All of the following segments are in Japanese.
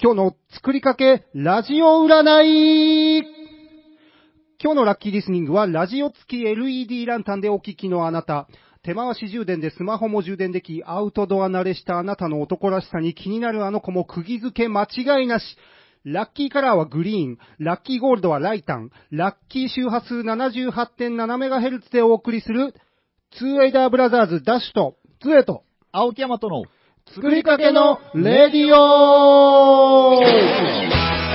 今日の作りかけ、ラジオ占い今日のラッキーリスニングは、ラジオ付き LED ランタンでお聞きのあなた。手回し充電でスマホも充電でき、アウトドア慣れしたあなたの男らしさに気になるあの子も釘付け間違いなし。ラッキーカラーはグリーン、ラッキーゴールドはライタン、ラッキー周波数 78.7MHz でお送りする、ツーエイダーブラザーズダッシュと、ツエと、青木山との作りかけのレディオ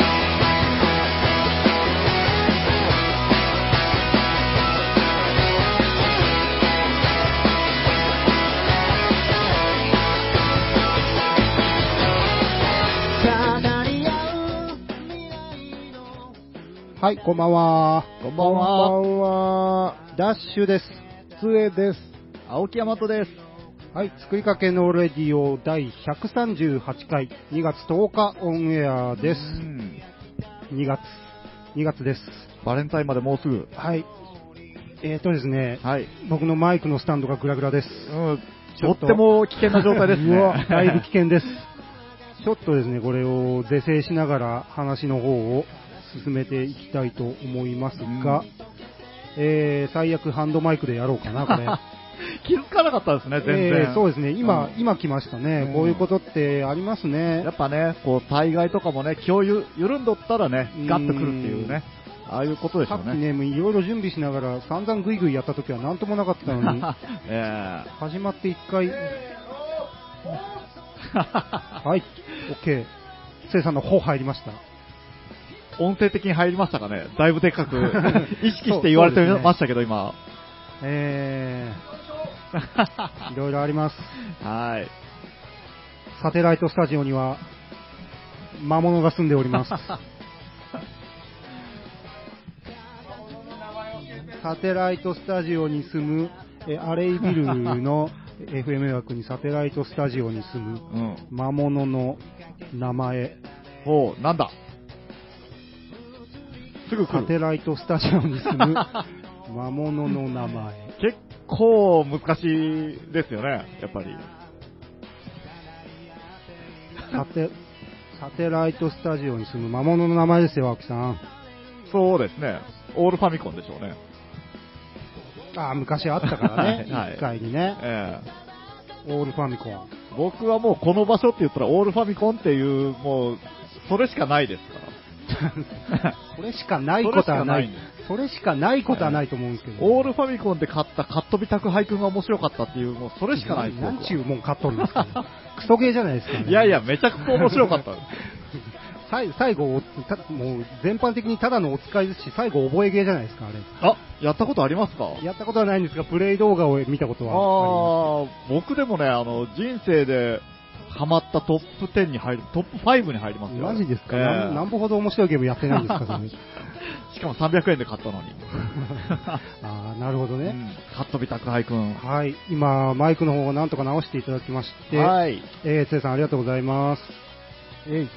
はい、こんばんは。こんばんはこんばんは。ダッシュです。つえです。青木山とです。はい、作りかけのレディオ第138回、2月10日オンエアです。うん2月、2月です。バレンタインまでもうすぐ。はい。えーとですね、はい。僕のマイクのスタンドがグラグラです。うん。ちとょっっとても危険な状態ですね。 うわだいぶ危険です。ちょっとですね、これを是正しながら話の方を進めていきたいと思いますが、うんえー、最悪ハンドマイクでやろうかな、これ。気づかなかったですね、 全然。えーそうですね、今、うん今来ましたね、うんこういうことってありますねや。っぱね、こう、災害とかもね、気をゆ緩んどったらねうん、ガッとくるっていうね、ああいうことでしさょっうきね。ね、もういろいろ準備しながら、散々ぐいぐいやったときはなんともなかった のに、 え始まって一回、ーはい、OK、せいさんの方入りました。音声的に入りましたかねだいぶでっ かく意識して言われてそうそうですねましたけど、今。え ー、いろいろあります。はい。サテライトスタジオには、魔物が住んでおり ます。サテライトスタジオに住む、えアレイビル の FM 枠にサテライトスタジオに住むうん。魔物の名前、おう、なんだすぐ来サる。テライトスタジオに住む魔物の名前。 結構難しいですよね、やっぱり。サテ、サテライトスタジオに住む魔物の名前ですよ、青木さん。そうですね。オールファミコンでしょうね。、ああ、昔あったからね はい1階にね。えオールファミコン。 え僕はもうこの場所って言ったらオールファミコンっていう、もう、それしかないです から。それしかないことはない。それしかないことはないと思うんですけど、オールファミコンで買ったカットビ宅配くんが面白かったっていう、もうそれしかないです。なん僕はちゅうもん買っとるんですか、 クソゲーじゃないですか、ね。いやいや、めちゃくちゃ面白かった。 さい最後おたもう全般的にただのお使いですし、最後覚えゲーじゃないですか、あれ。あ、やったことありますかやったことはないんですが、プレイ動画を見たことはあああ、僕でもね、あの、人生でハマったトップ10に入る、トップ5に入りまりすよ。ます。マジですか、ええなんなんぼほど面白いゲームやってないんですか、そ れしかも300円で買っ たのに。ああ、なるほどうね。んカットビ宅配くん。はい、今、マイクの方をなんとか直していただきまして、 はい。えー、つえさんありがとうございます。えい。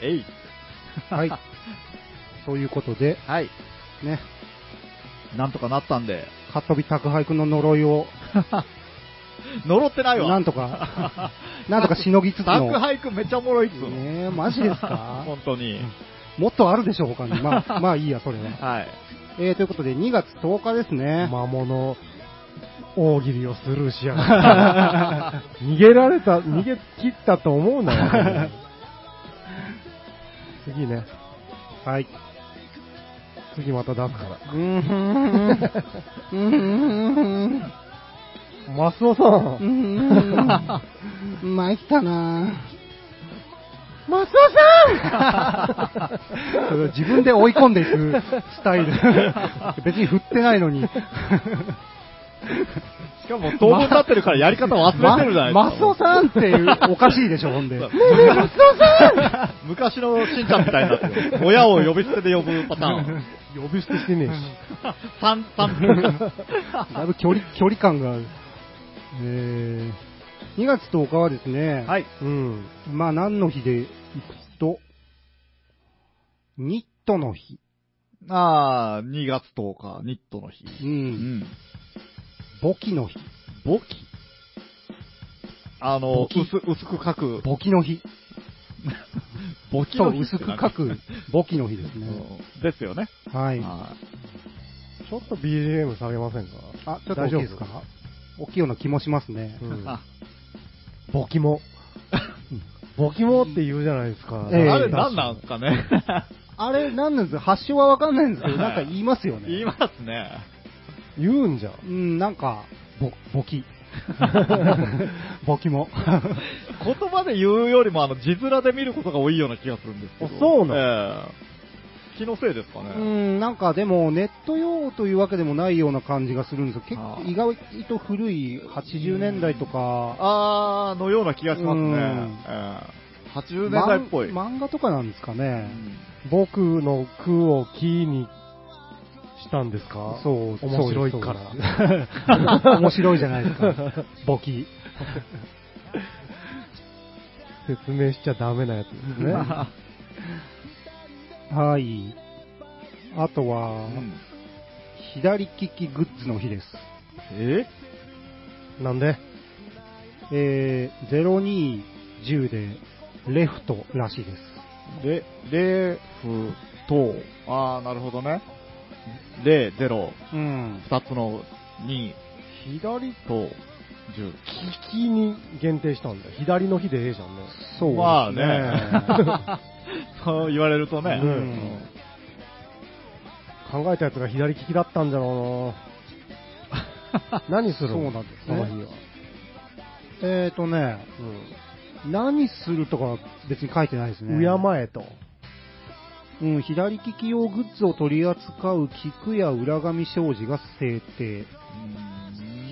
えい。 はい。ということで、はい。ね、なんとかなったんで。カットビ宅配くんの呪いを、呪ってないわ。なんと か、 なんとかしのぎつつの宅。配くんめっちゃおもろいっつうの。ねえ、マジです か 本当に。もっとあるでしょ、他に。まあ、まあいいや、それは。はい。えー、ということで、2月10日ですね。魔物、大喜利をスルーしやがって。 逃げられた、逃げ切ったと思うなよ。次ね、はい。次また出すかうーん。うーん。うら。マスオさーん、 ん。参ったなマスオさんそれを自分で追い込んでいくスタイル。別に振ってないのに。しかも当分経ってるからやり方忘れてるじゃないですか。マスオさんっていう、おかしいでしょ、ほんで。昔のしんちゃんみたいになってる親を呼び捨てで呼ぶパターン。呼び捨てしてね三三分。だいぶ距離距離感がある、えー、2月10日はですね、はい。えし。うん。まあ何の日でいくと、ニットの日。 ああ、2月10日、ニットの日。う。うんん。簿記の日。簿記あの、簿記薄薄く書く。簿記の日。簿記との日薄く書ってなく簿記の日ですうね。んですよね。はい。はちょっと BGM 下げませんかあ、ちょっと大きいですか大きいような気もしますね。ういんあボキモ。ボキモって言うじゃないですか。ええあれ何 なんですかね。あれ、なんなんです発祥はわかんないんですけど、なんか言いますよね。言いますね。言うんじゃん。うん、なんか、ぼ、ぼき。ぼきも。言葉で言うよりも、あの、字面で見ることが多いような気がするんですけど。あそうなのええ気のせいですかうね。ん、なんかでも、ネット用というわけでもないような感じがするんですよ。あー結構意外と古い80年代とか、あー、のような気がしますうんね。ええ80年代っぽい。漫漫画とかなんですかうね。ん 僕の句をキーにしたんですかそう、面白いかそうら。です。 面白いじゃないですか。簿記。説明しちゃダメなやつです ね。あはい。あとは、うん左利きグッズの日です。えなんでえー、0210で、レフトらしいです。レ、レフト。あー、なるほどね。レ、ゼロ、うん。二つの2、左と10。利きに限定したんだよ。左の日でええじゃんね。そうですね。まあね。そう言われるとね。ううんん考えたやつが左利きだったんじゃろ うな何するのそうなんですねこの日は。 えーとね、何するとかは別に書いてないですうね。ん。敬えと。うん、左利き用グッズを取り扱う菊や浦上商事が制定。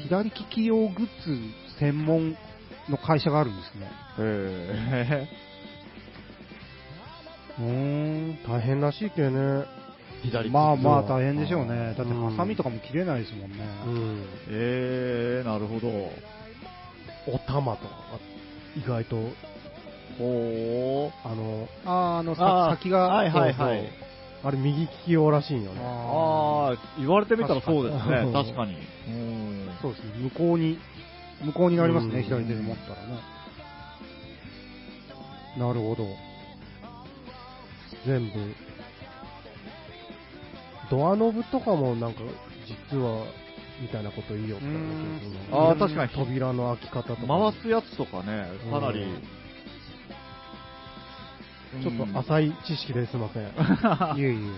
左利き用グッズ専門の会社があるんですね。へうーん。大変らしいけね。え。左利き。まあまあうん大変でしょうね。だってうんハサミとかも切れないですもんね。うん。ええ、なるほど。お玉とかが意外と、ほう。あの、あー、あの、あさー先が。はいはいはいそうそうあれ右利き用らしいんよね。ああ、言われてみたらそうですね。確確かかに。そうですね。向こうに、向こうになりますうね、ん左手で持ったらね。なるほど。全部。ドアノブとかもなんか、実は、みたいなこと言いよったような気がするなああ、確かに。扉の開き方とか。回すやつとかね、かなり。ちょっとい。浅い知識ですいません。いえいえ。ね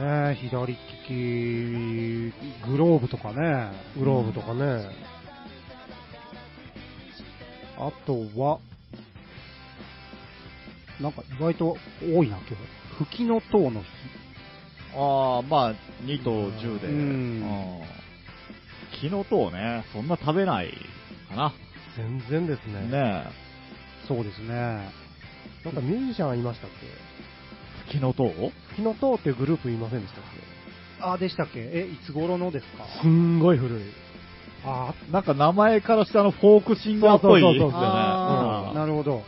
え、左利き、グローブとかね。グローブとかね。あとは、なんか意外と多いな、今日。吹きの塔の日。 ああ、まあ、2と10で。うんうん木の塔ね、そんな食べないかな。全然ですね。ねそうですね。なんかミュージシャンいましたっえ、木の塔け火の塔っていうグループいませんでしたっあ、でしたっけえ、いつ頃のですかけすんごい古い。あなんか名前からしてあのフォークシンガーっぽいそうそうそうそうあー、ねなるほど。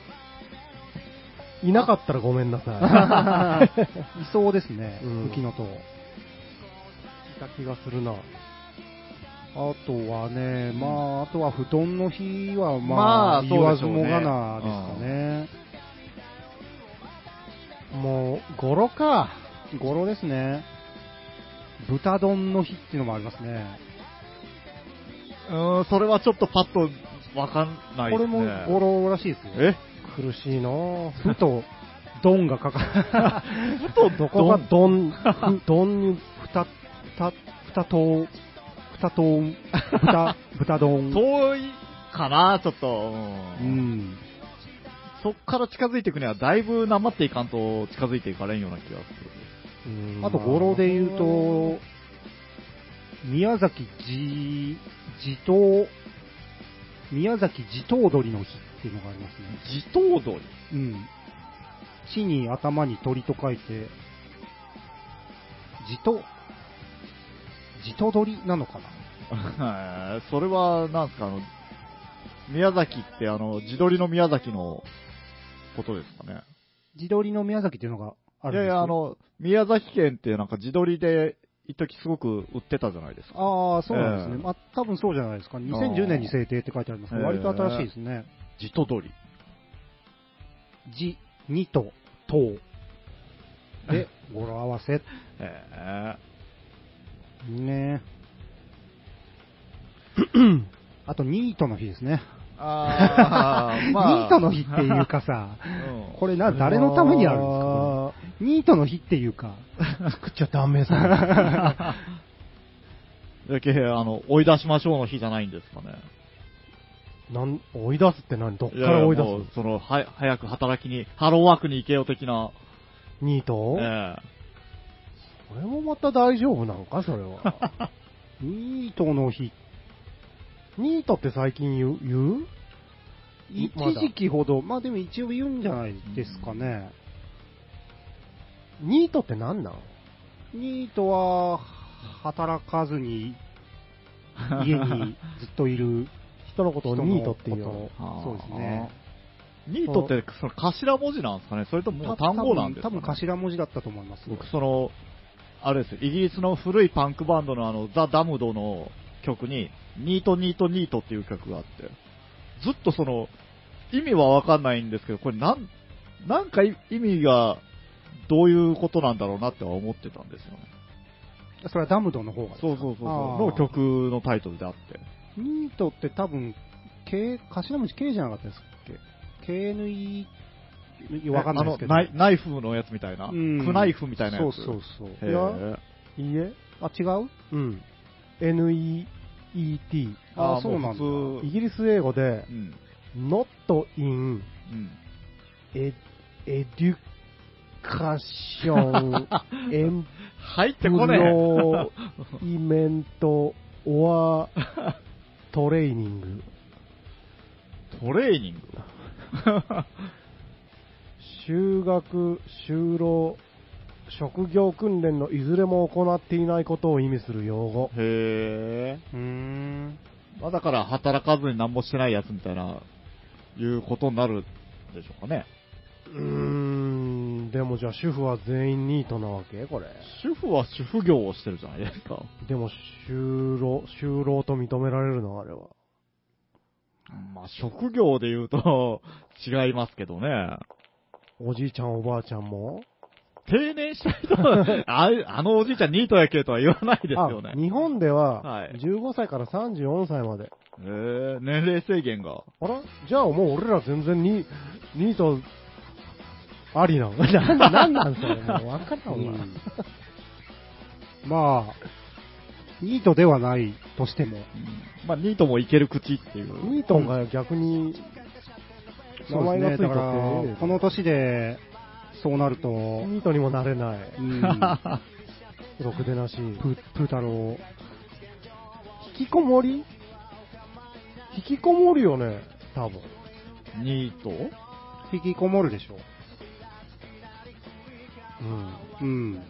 いなかったらごめんなさ いそうですね、うん浮きの塔。い。いた気がするな。あとはね、まあ、あとは布団の日は、ままあ、あ言わずそうでしょうねもがなですかね。もう、語呂か。語呂ですね。豚丼の日っていうのもありますね。うん。うん、それはちょっとパッとわかんないでこすね。れも語呂らしいですよ。え苦しいなぁ。ふと、ドンがかかふとどこが どん、どんに、ふた、た、ふたとう、ふたとう、ぶた、ぶた丼。遠いかな、ちょっと。ううんん。そっから近づいていくには、だいぶなまっていかんと近づいていかれんような気がすうんあと語呂で言うと、宮崎地、地頭、宮崎地頭鳥の日っていうのがありますね。る。地頭鳥うん。地に頭に鳥と書いて、地頭、地頭鳥なのかなはい それは、なんすか、あの、宮崎って、あの、自撮りの宮崎のことですかね。地鳥の宮崎っていうのがあいるんやですいや、あの、宮崎県ってなんか自撮りで、一時すごく売ってたじゃないですか。ああ、そうなんですね。ええまあ、多分そうじゃないですか。2010年に制定って書いてありますけど、ええ割と新しいですね。地頭鳥。地、 2と等で語呂合わせ。え ねえ。あとニートの日ですね。 ー、あー、まあ。ニートの日っていうか さ、うんこれな、誰のためにあるんですかこれニートの日っていうか、あー作っちゃダ メさ。だけあの、追い出しましょうの日じゃないんですかね。なん追い出すって何どっから追い出すものうその、は、早く働きに、ハローワークに行けよ的な。ニート、えこれもまた大丈夫なんかそ れは。ニートの日、ニートって最近言う言う一まだ時期ほど、まあでも一応言うんじゃないですかね。ニートって何なんニートは、働かずに、家にずっといる。人のことを人のニートっていうえの。そうですね。ニートって、その頭文字なんですかねそれとももう単語なんですか、多ね、分多分頭文字だったと思います。僕、その、あれですよイギリスの古いパンクバンドのあの、ザ・ダムドの曲に、ニートニートニートっていう曲があって、ずっとその、意味はわかんないんですけど、これなん、なんかい意味が、どういうことなんだろうなっては思ってたんですよね。それはダムドの方がですかそうそうそうそう。あーの曲のタイトルであって。ニートって多分、K、頭文字 K じゃなかったですっけ ?KNE、わかんないですけど。あのナイナイフのやつみたいな。うんクナイフみたいなそやうつ。そうそう。へいや、ーいいえ。あ、違ううん。NEET。あーそうなんだもう普イ通ギリス英語で、うん。 not う in ん。 ed- education employment 入ってこねえ。 or training トレーニング。修学、就労、職業訓練のいずれも行っていないことを意味する用語。 へえ。うーん。まあだから働かずに何もしてないやつみたいな、いうことになるんでしょうかね。うーん、でもじゃあ主婦は全員ニートなわけこれ。主婦は主婦業をしてるじゃないですか。でも就労、就労と認められるのあれは。まあ職業で言うと 違いますけどね。おじいちゃんおばあちゃんも定年した人 は、ああのおじいちゃんニートやけとは言わないですよねあ。日本でははい15歳から34歳まで。えー、年齢制限が。あらじゃあもう俺ら全然ニニートありなの なんなんなんそれもう分かったもん、うん まあ、ニートではないとしても、まあ、ニートもいける口っていう。ニートンが逆に名前がついだたかっらて、この年で、そうなると、。ニートにもなれない うんろくでなしい。ププータロー、引きこもり引きこもるよね、多分。ニート引きこもるでしょ。うん。うん。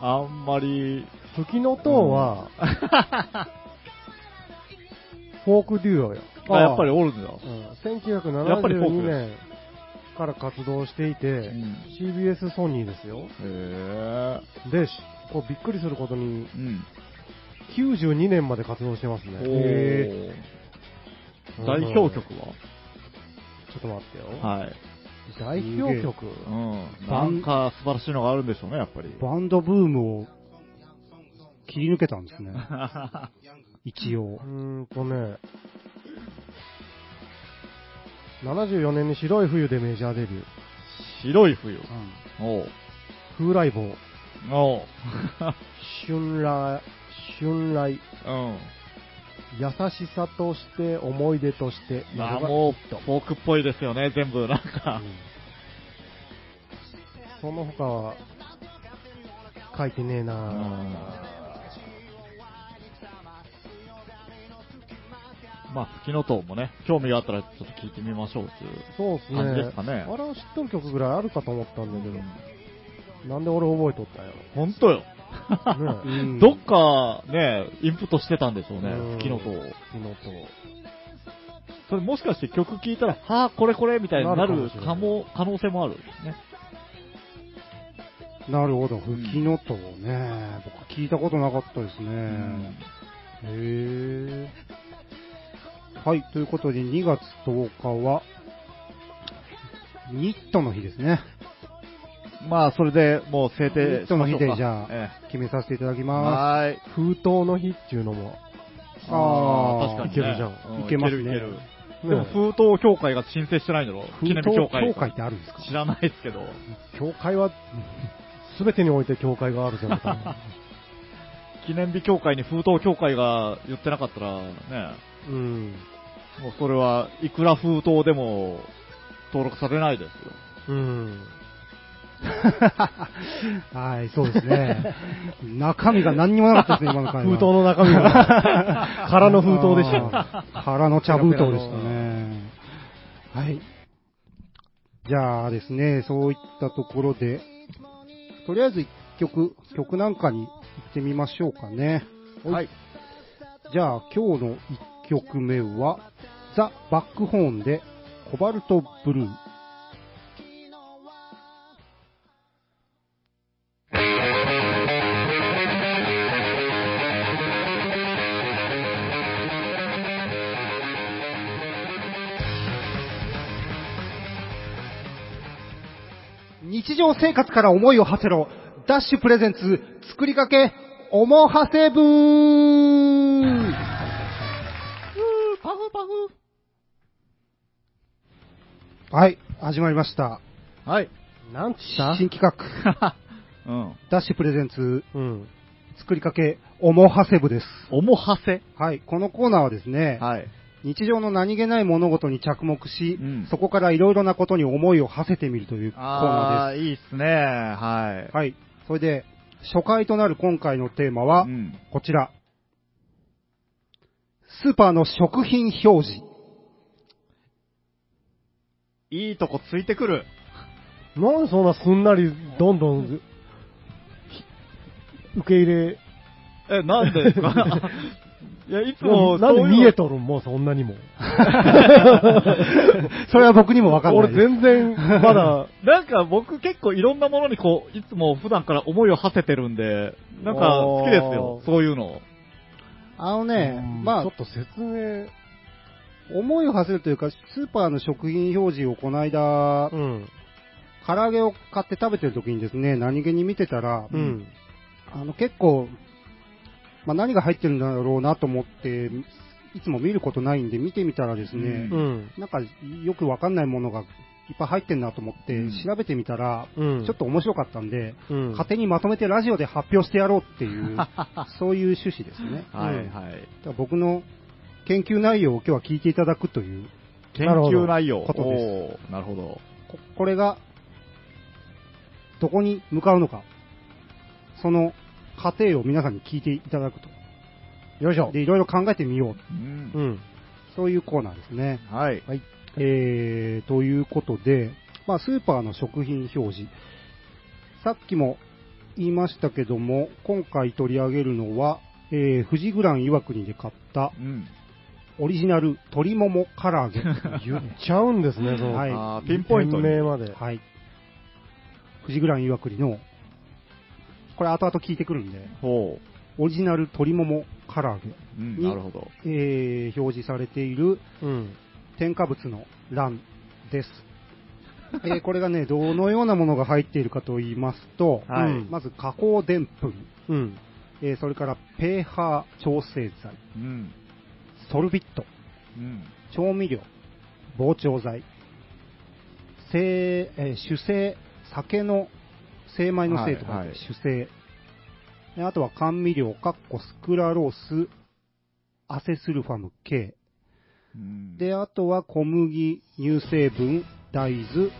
あんまり、吹きの塔は、フォークデュオよ。あやっぱりおるんだ。うん、1972やっぱりフォークです年から活動していて、ん CBS ソニーですよ。へえ。で、しこうびっくりすることに、うん。 92年まで活動してますね。へおーー代表曲は、ちょっと待ってよ。はい。代表曲うん。なんか素晴らしいのがあるんでしょうね、やっぱり。 バンドブームを切り抜けたんですね。一う応。ーんとね、74年に白い冬でメジャーデビュー。白い冬。うんおう。風来坊、おう。春来、春来、 うん。優しさとして、思い出として、まあなもるほう、フォークっぽいですよね、全部。なんか。その他は、書いてねえうなぁ。んまあ、吹きの塔もね、興味があったらちょっと聞いてみましょうっていう。そうですね。感じですかねあれは知っとる曲ぐらいあるかと思ったんだけど、なんで俺覚えとったんや本当よ。ろ。ねうんどっかね、インプットしてたんでしょうねうん、吹きの塔を。え。昨日と。それもしかして曲聴いたら、はあ、これこれみたいにななるかもるしれないかも、可能性もあるんですね。なるほど、吹きのとね、僕聞いたことなかったですうねん。へえ。はい、ということで2月10日は、ニットの日ですね。まあ、それでもう制ニ定ットの日しましょでうかじゃあえ、決めさせていただきえまはーい。封筒の日っていうのも、あーー確かに、ね。いけるじゃんういけますねいけるいける。でねも、封筒協会が申請してないんだろす。記念日協会。協会ってあるんですか知らないですけど。教会は、全てにおいて教会があるじゃないか。記念日協会に封筒協会が言ってなかったら、ね、うん。もうそれはいくら封筒でも登録されないですよ。うん。 はい、そうですね。中身が何にもなかったですね、今の会話。封筒の中 身が、空の封筒でした。た。 空の茶封筒でしたね。はい。じゃあですね、そういったところで、とりあえず一曲、曲なんかに行ってみましょうかね。はい。じゃあ今日の一曲目は、ザ・バックホーンで、コバルト・ブルー。日常生活から思いを馳せろ。ダッシュプレゼンツ、作りかけ、おもはせブーパフパフはい、始まりました。はい。なんつった新企画、 うん。ダッシュプレゼンツ、うん。作りかけ、おもはせブです。おもはせ。はい、このコーナーはですね、はい。日常の何気ない物事に着目し、うんそこからいろいろなことに思いを馳せてみるというコーナーあー、いいっすね。はです。はい、それで、初回となる今回のテーマは、い。うん。こちら。スーパーの食品表示。いいとこついてくる。なんでそんなすんなり、どんどん、ひ受け入れ、え、なんでですか いや、いつも、なんでそういうの見えとるんもうそんなにも。それは僕にもわかんない俺です。全然、まだ、 なんか僕結構いろんなものにこう、いつも普段から思いを馳せてるんで、なんか好きですよお、ーそういうの。あのねう、んまちあょっ、と説明、思いを馳せるというか、スーパーの食品表示をこの間、うん。唐揚げを買って食べてる時にですね、何気に見てたら、うん。あの結構、まあ、何が入ってるんだろうなと思って、いつも見ることないんで見てみたらですね、ううん。なんかよくわかんないものがいっぱい入ってんなと思ってうん調べてみたら、うん。ちょっと面白かったんで、と、うん。勝手にまとめてラジオで発表してやろうって いう、そういう趣旨ですね。はいうんだかはい。ら僕の研究内容を今日は聞いていただくという、研なるほど究内容。ことでおーなるほど。ここれが、どこに向かうのか、その過程を皆さんに聞いていただくと。よいしょ。で、いろいろ考えてみよう。うんうん。そういうコーナーですね。はい。えー、ということで、まあ、スーパーの食品表示。さっきも言いましたけども、今回取り上げるのは、えー、富士グラン岩国で買ったうん。オリジナル鶏もも唐揚 げ。言っちゃうんですね、その、はいあーピンポイントに。店名まで。はい。富士グラン岩国の、これ後々聞いてくるんで、ほオリジナル鶏もも唐揚げ、う。うん、になるほど。えー、表示されているうん。添加物の欄です。えー、これがね、どのようなものが入っているかと言いますと、はいうんまず加工でんぷん、うん。えーそれから pH 調整剤、うん。ソルビット、うん。調味料、膨張剤、精えー酒精、酒の精米の精とか、はいはい酒精であとは甘味料、カッコスクラロース、アセスルファム K。うん、で、あとは小麦、乳成分、大豆、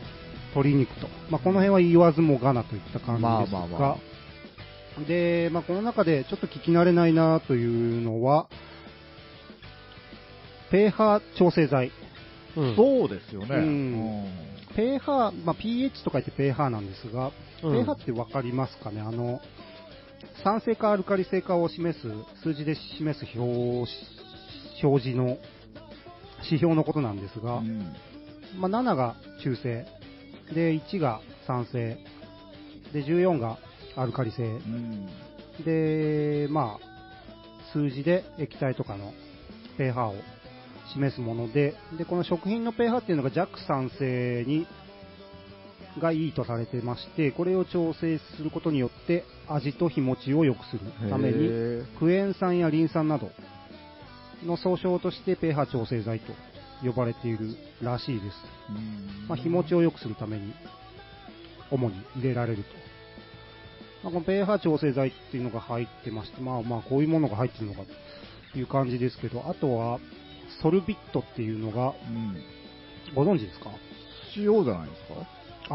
鶏肉と。まあ、この辺は言わずもがなといった感じまあですが、まあまあ。で、まあ、この中でちょっと聞き慣れないなというのは、pH 調整剤。うんそうですよね。うんペーハーまあ、pH と書いて pH なんですが、うん pH ってわかりますかねあの、酸性かアルカリ性かを示す、数字で示す表し表示の指標のことなんですうが、んまあ、7が中性、で、1が酸性、で、14がアルカリ性う、ん。で、まあ、数字で液体とかの pH を示すもので、で、この食品の pH っていうのが弱酸性にがいいとされてまして、これを調整することによって味と日持ちを良くするために、へクエン酸やリン酸などの総称として pH 調整剤と呼ばれているらしいです。ーうんまあ、日持ちを良くするために主に入れられると。まあ、この pH 調整剤っていうのが入ってまして、まあまあこういうものが入ってるのかという感じですけど、あとはソルビットっていうのがうん。ご存知ですか塩じゃないですか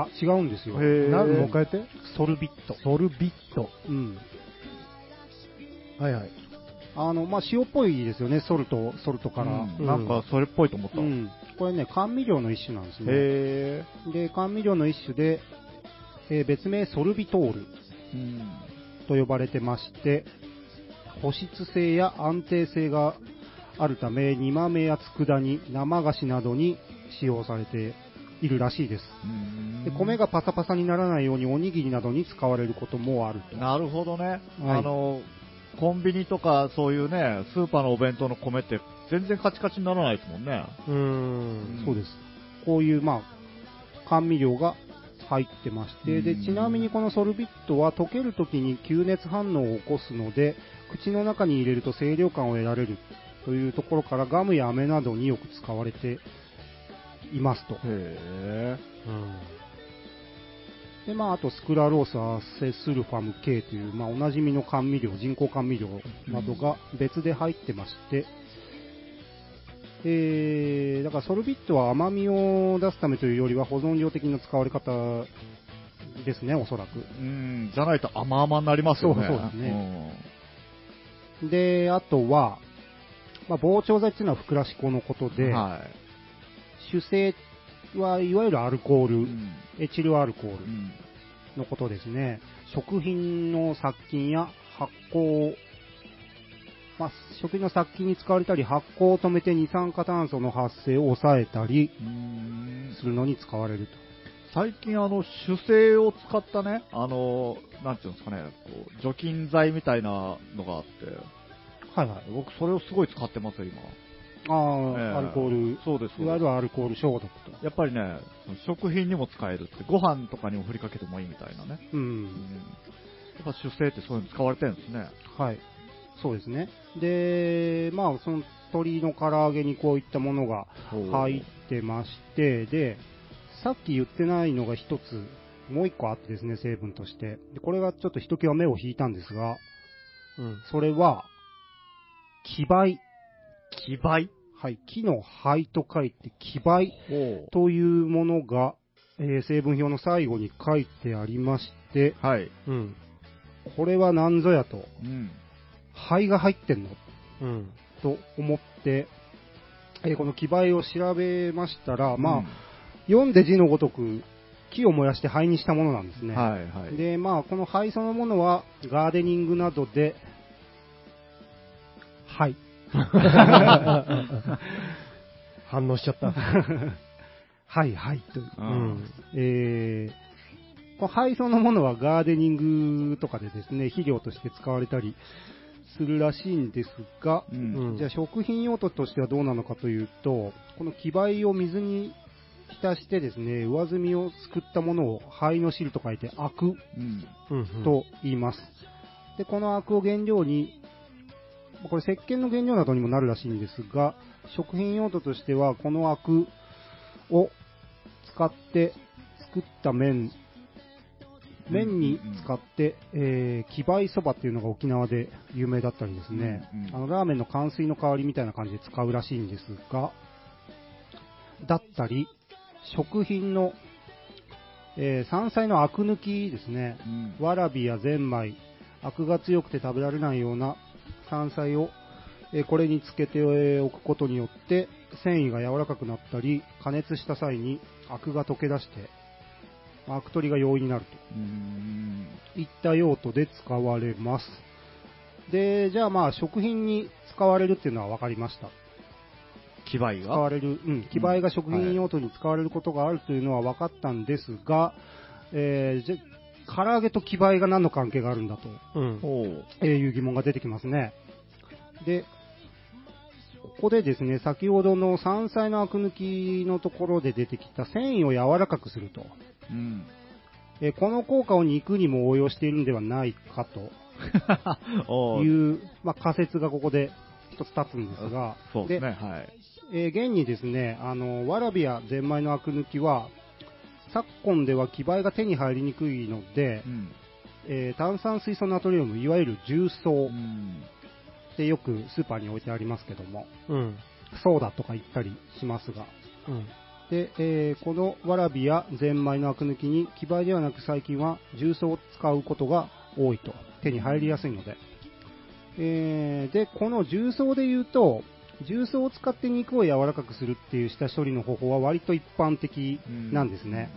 あ、違うんですよ。へーなもう一回やって。ソルビット。ソルビット。うん。はいはい。あの、まあ、塩っぽいですよね、ソルト、ソルトから。うんうんなんかそれっぽいと思った。うへんこれね、甘味料の一種なんですね。え。で、甘味料の一種で、えー別名ソルビトールうん。と呼ばれてまして、保湿性や安定性があるため、煮豆や佃煮、生菓子などに使用されているらしいです。で米がパサパサにならないようにおにぎりなどに使われることもあると。なるほどね、はいあのコンビニとかそういうねスーパーのお弁当の米って全然カチカチにならないですもんねうーん。そうです。こういう、まあ、甘味料が入ってまして、で、うんちなみにこのソルビットは溶けるときに吸熱反応を起こすので、口の中に入れると清涼感を得られるというところからガムや飴などによく使われていますと。へうん。で、まあ、あとスクラロースアセスルファム K という、まあ、おなじみの甘味料、人工甘味料などが別で入ってまして、えー、だからソルビットは甘みを出すためというよりは保存量的な使われ方ですね、おそらく。えうんじゃないと甘々になりますよねそうそうですねで、あとは、まあ、膨張剤っていうのはふくらし粉のことうんで、は主成はいわゆるアルコール、い、うんエチルアルコールう。んのことですね。食品の殺菌や発酵、まあ、食品の殺菌に使われたり、発酵を止めて二酸化炭素の発生を抑えたりうんするのに使われる最近あの主成を使ったねあのなんていうんですかねこう除菌剤みたいなのがあってと。はいはい。僕それをすごい使ってますよ今、ああ、ええアルコーそうですル、いわゆるアルコール消毒と。やっぱりね、その食品にも使えるって、ご飯とかにも振りかけてもいいみたいなね。う。うんん、やっぱ主成ってそういうの使われてるんですね。はい。そうですね。で、まあ、その鶏の唐揚げにこういったものが入ってまして、で、さっき言ってないのが一つ、もう一個あってですね、成分として。で、これがちょっとひときわ目を引いたんですが、うん。それは、木灰。気倍はい、木の灰と書いて木灰ほというものが、えー成分表の最後に書いてありまして、う。はい。うん。これは何ぞやと、うん。灰が入ってんのうん。と思って、えーこの木灰を調べましたら、まあ、うん読んで字のごとく、木を燃やして灰にしたものなんですね。はいはい。で、まあ、この灰そのものは、ガーデニングなどで、灰。反応しちゃった。はいはいという。ううんん。えー、この灰そのものはガーデニングとかでですね、肥料として使われたりするらしいんですが、う。うんん。じゃあ食品用途としてはどうなのかというと、この木灰を水に浸してですね、上澄みをすくったものを灰の汁と書いてアクうん。うん、と言います。で、このアクを原料に、これ石鹸の原料などにもなるらしいんですが、食品用途としては、このアクを使って作った麺、麺に使って、えー、木灰そばっていうのが沖縄で有名だったりですね、うんうんあのラーメンの乾水の代わりみたいな感じで使うらしいんですが、だったり、食品の、えー山菜のアク抜きですね、うん。わらびやゼンマイ、アクが強くて食べられないような山菜を、えーこれにつけてえーおくことによって、繊維が柔らかくなったり、加熱した際にアクが溶け出して、アク取りが容易になるうんといった用途で使われます。で、じゃあまあ食品に使われるっていうのは分かりました。気倍使わがれる、うん、木灰が食品用途に使われることがあるというのは分かったんですが、えーじゃ唐揚げと木灰が何の関係があるんだとうん。ほう。えーいう疑問が出てきますね。で、こでですね、先ほどの山菜のアク抜きのところで出てきた繊維を柔らかくすると。うん。えーこの効果を肉にも応用しているんではないかと おいーう、まあ、仮説がここで一つ立つんですが、そうですね、はい。えー現にですね、あの、わらびやゼンマイのアク抜きは、昨今では気媒が手に入りにくいので、うん。えー炭酸水素ナトリウム、いわゆる重曹うんってよくスーパーに置いてありますけども、うん。ソーダとか言ったりしますが、うん。で、えーこのわらびやゼンマイのアク抜きに、気媒ではなく最近は重曹を使うことが多いと、手に入りやすいので。えーで、この重曹で言うと、重曹を使って肉を柔らかくするっていう下処理の方法は割と一般的なんですね。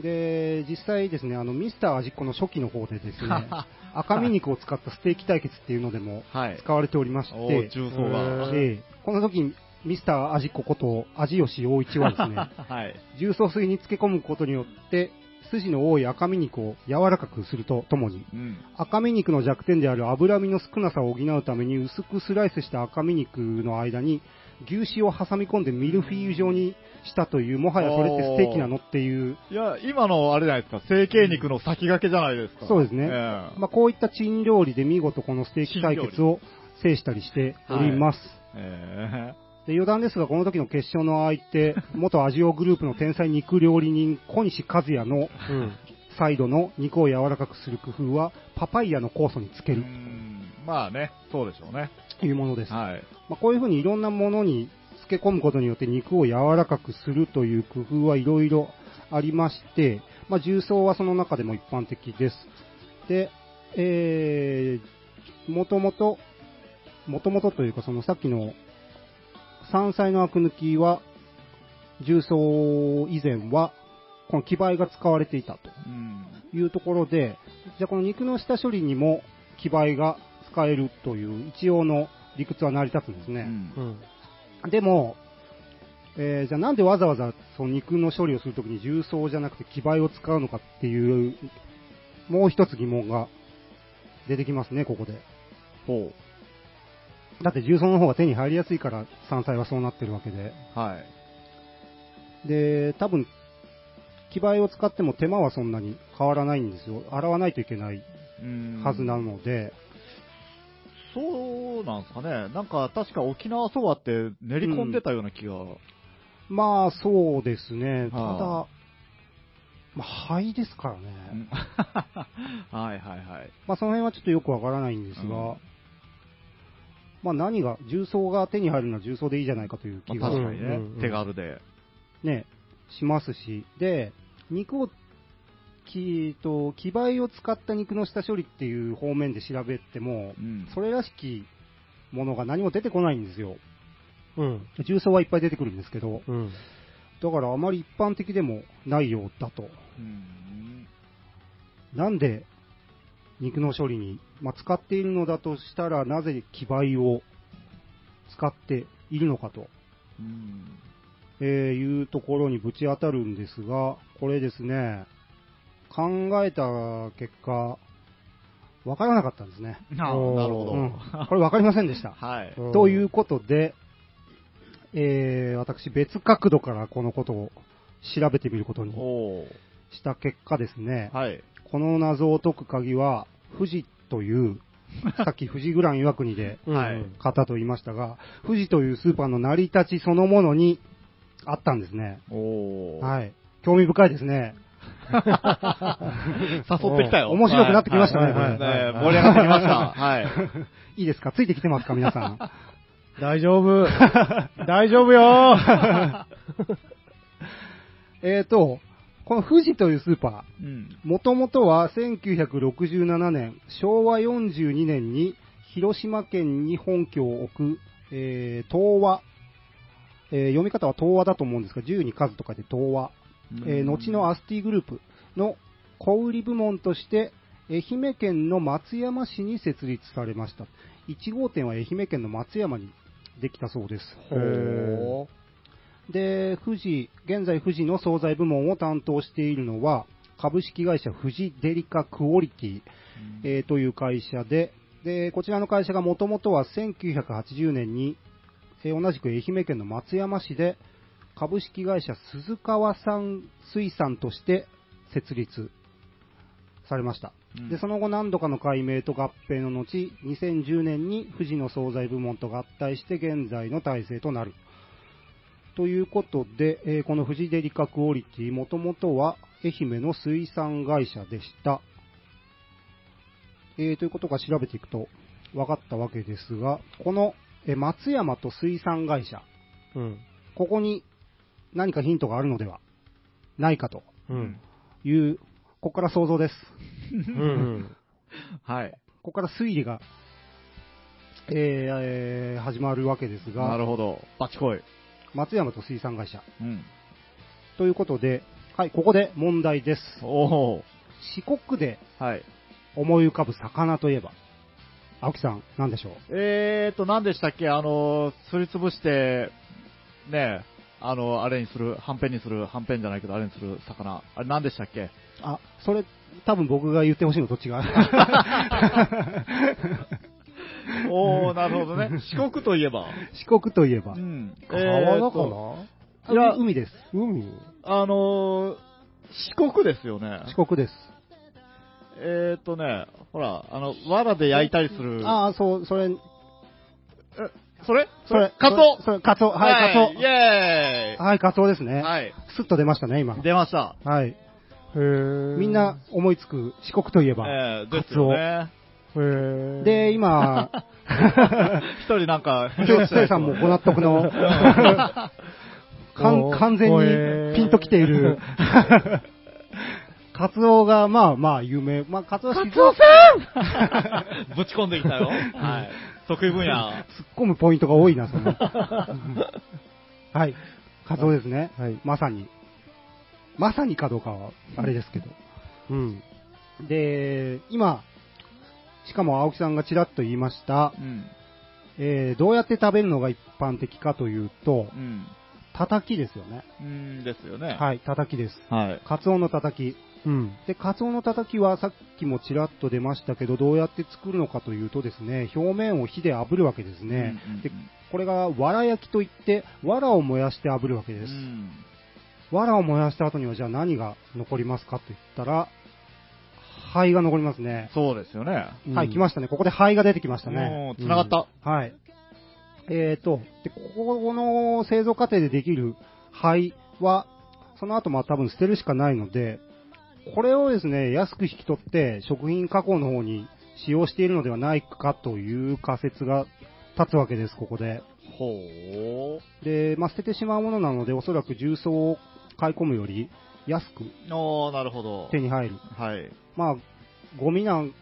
で、実際ですね、あの、ミスター味っ子の初期の方でです ね、赤身肉を使ったステーキ対決っていうのでもはい。使われておりましおて、重曹が。えええこの時、ミスター味っ子こと、味吉陽一はです ね、 はい。重曹水に漬け込むことによって、筋の多い赤身肉を柔らかくするとともに、うん。赤身肉の弱点である脂身の少なさを補うために薄くスライスした赤身肉の間に牛脂を挟み込んでミルフィーユ状にしたという、もはやそれってステーキなのっていう、いや、今のあれじゃないですか、成形肉の先駆けじゃないですか。そうですねええまあ、こういった珍料理で見事このステーキ対決を制したりしております。えで余談ですが、この時の決勝の相手、 元アジオグループの天才肉料理人、小西和也のうん。サイドの肉を柔らかくする工夫は、パパイヤの酵素につえけるうんまあね、そうでしょうね。というものです。はい。まあ、こういうふうにいろんなものに漬け込むことによって肉を柔らかくするという工夫はいろいろありまして、まあ、重曹はその中でも一般的です。で、えー、もともと、もともとというかそのさっきの山菜のアク抜きは、重曹以前は、この気媒が使われていたと。うん。というところで、じゃあこの肉の下処理にも気媒が使えるという一応の理屈は成り立つんですうね。んうん。でも、えーじゃあなんでわざわざその肉の処理をするときに重曹じゃなくて気媒を使うのかっていう、もう一つ疑問が出てきますね、ここで。ほう。だって重曹の方が手に入りやすいから山菜はそうなってるわけで。はい。で、多分、気媒を使っても手間はそんなに変わらないんですよ。洗わないといけないうんはずなので。そうなんですかね。なんか、確か沖縄そばって練り込んでたような気が。まあそうですね、ただ、はまあ、肺ですからね、うんはいはいはい。まあ、その辺はちょっとよくわからないんですが、うんまあ、何が、重曹が手に入るのは重曹でいいじゃないかという気まあが、確かにねうんうんう、ん手軽で。ね、しますし、で、肉を、きと、気媒を使った肉の下処理っていう方面で調べてもう、んそれらしきものが何も出てこないんですよ。うん。重曹はいっぱい出てくるんですけど、うん。だからあまり一般的でもないようだと。うんなんで肉の処理に、まあ、使っているのだとしたら、なぜ気媒を使っているのかと、うんえーいうところにぶち当たるんですが、これですね、考えた結果、わからなかったんですね。ななるおーほど。うんこれわかりませんで した。はい。うんということで、えー私別角度からこのことを調べてみることにおーした結果ですね、はい。この謎を解く鍵は、富士という、さっき富士グラン岩国ではいうん方と言いましたが、富士というスーパーの成り立ちそのものにあったんですね。おーはい。興味深いですね。 誘ってきたよ。面白くなってきましたねはいはいこれね盛り上がってきました。はい。いいですかついてきてますか皆さん。大丈 夫。大丈夫よ。えーと、この富士というスーパー、うん。もともとは1967年、昭和42年に広島県に本拠を置く、えー東和、えー読み方は東和だと思うんですが、10に数とかで東和、えー後のアスティグループの小売り部門として、愛媛県の松山市に設立されました。1号店は愛媛県の松山にできたそうです。へーで、富士、現在富士の惣菜部門を担当しているのは、株式会社富士デリカクオリティ、ええーという会社で、で、こちらの会社がもともとは1980年にえー同じく愛媛県の松山市で、株式会社鈴川産水産として設立されました。うんで、その後何度かの改名と合併の後、2010年に富士の惣菜部門と合体して現在の体制となる。ということで、えーこの富士デリカクオリティ、もともとは愛媛の水産会社でした。えーということが調べていくと分かったわけですが、この、えー松山と水産会社、うん。ここに何かヒントがあるのではないかとうん。いう、ここから想像です。うんうん。はい。ここから推理が、えーえー始まるわけですなが、るほど。バチコイ。松山と水産会社。うん。ということで、はい、ここで問題です。おお。四国ではい。思い浮かぶ魚といえば、青木さん、何でしょうえーと、何でしたっけあの、すりつぶして、ねえ、あの、あれにする、はんぺんにする、はんぺんじゃないけど、あれにする魚。あれ何でしたっけあ、それ、多分僕が言ってほしいのどっち が おおなるほどね。四国といえば。四国といえば う、ん。川えだーかとあないや海です。海あのー四国ですよね。四国です。えーとね、ほら、あの、藁で焼いたりする。ああ、そう、それ、え、それそれ、カツオそれ、カツオ、はい、カイツェオ。はい、カツオですーイね。はい。スッと出ましたね、今。出ました。はい。へーみんな、思いつく四国といえば。えー、カですツオよね。へーで、、 今、 一人なん か、今日、つえさんもご納得の、 完お完全おにえーピンときてい る。カツオが、まあまあ、有名。まあ、カツオは静岡 ぶち込んできたよ。はい。得意分野。突っ込むポイントが多いな、 その。はい。カツオですね。はい。まさに。まさにかどうかは、あれですけど。うん。で、今、しかも青木さんがちらっと言いました、うん。えーどうやって食べるのが一般的かというと、うん。叩きですよね。うんですよね。はい、叩きです。はい。カツオの叩き。うん。で、カツオの叩きはさっきもちらっと出ましたけど、どうやって作るのかというとですね、表面を火で炙るわけですね。うんうんうんで、これが藁焼きといって、藁を燃やして炙るわけうです。ん。藁を燃やした後にはじゃあ何が残りますかと言ったら、灰が残りますね。そうですよね。うんはい、来ましたね。ここで灰が出てきましたもねう、。繋がった。はい。えーと、で、ここの製造過程でできる灰は、その後まあ多分捨てるしかないので、これをですね、安く引き取って食品加工の方に使用しているのではないかという仮説が立つわけです、ここで。ほで、まあ捨ててしまうものなので、おそらく重曹を買い込むより安くう。おー、なるほど。手に入る。はい。まあ、ゴミなん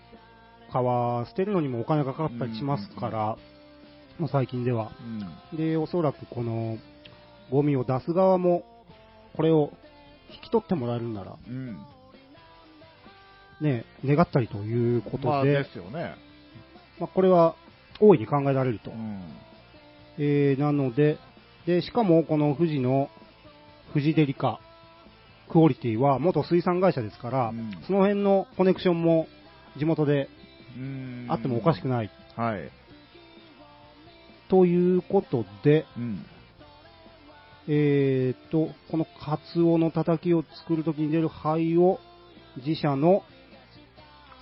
かは捨てるのにもお金がかかったりしますから、もう最近では。うん。で、おそらくこのゴミを出す側も、これを引き取ってもらえるなら、うん。ね、願ったりということで、ままああ、ですよね。これは大いに考えられると。うん。えー、なので、で、しかもこの富士の、富士デリカ、クオリティは元水産会社ですから、うんその辺のコネクションも地元でうんあってもおかしくない。はい。ということで、うん。えー、と、このカツオのたたきを作るときに出る灰を自社の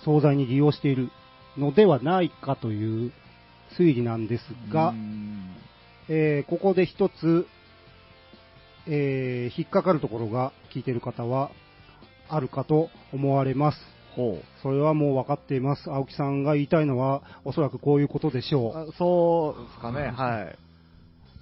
惣菜に利用しているのではないかという推理なんですが、うんえーここで一つ、えー引っかかるところが聞いている方はあるかと思われます。ほう。それはもう分かっています。青木さんが言いたいのはおそらくこういうことでしょう。あそうですかね、はい。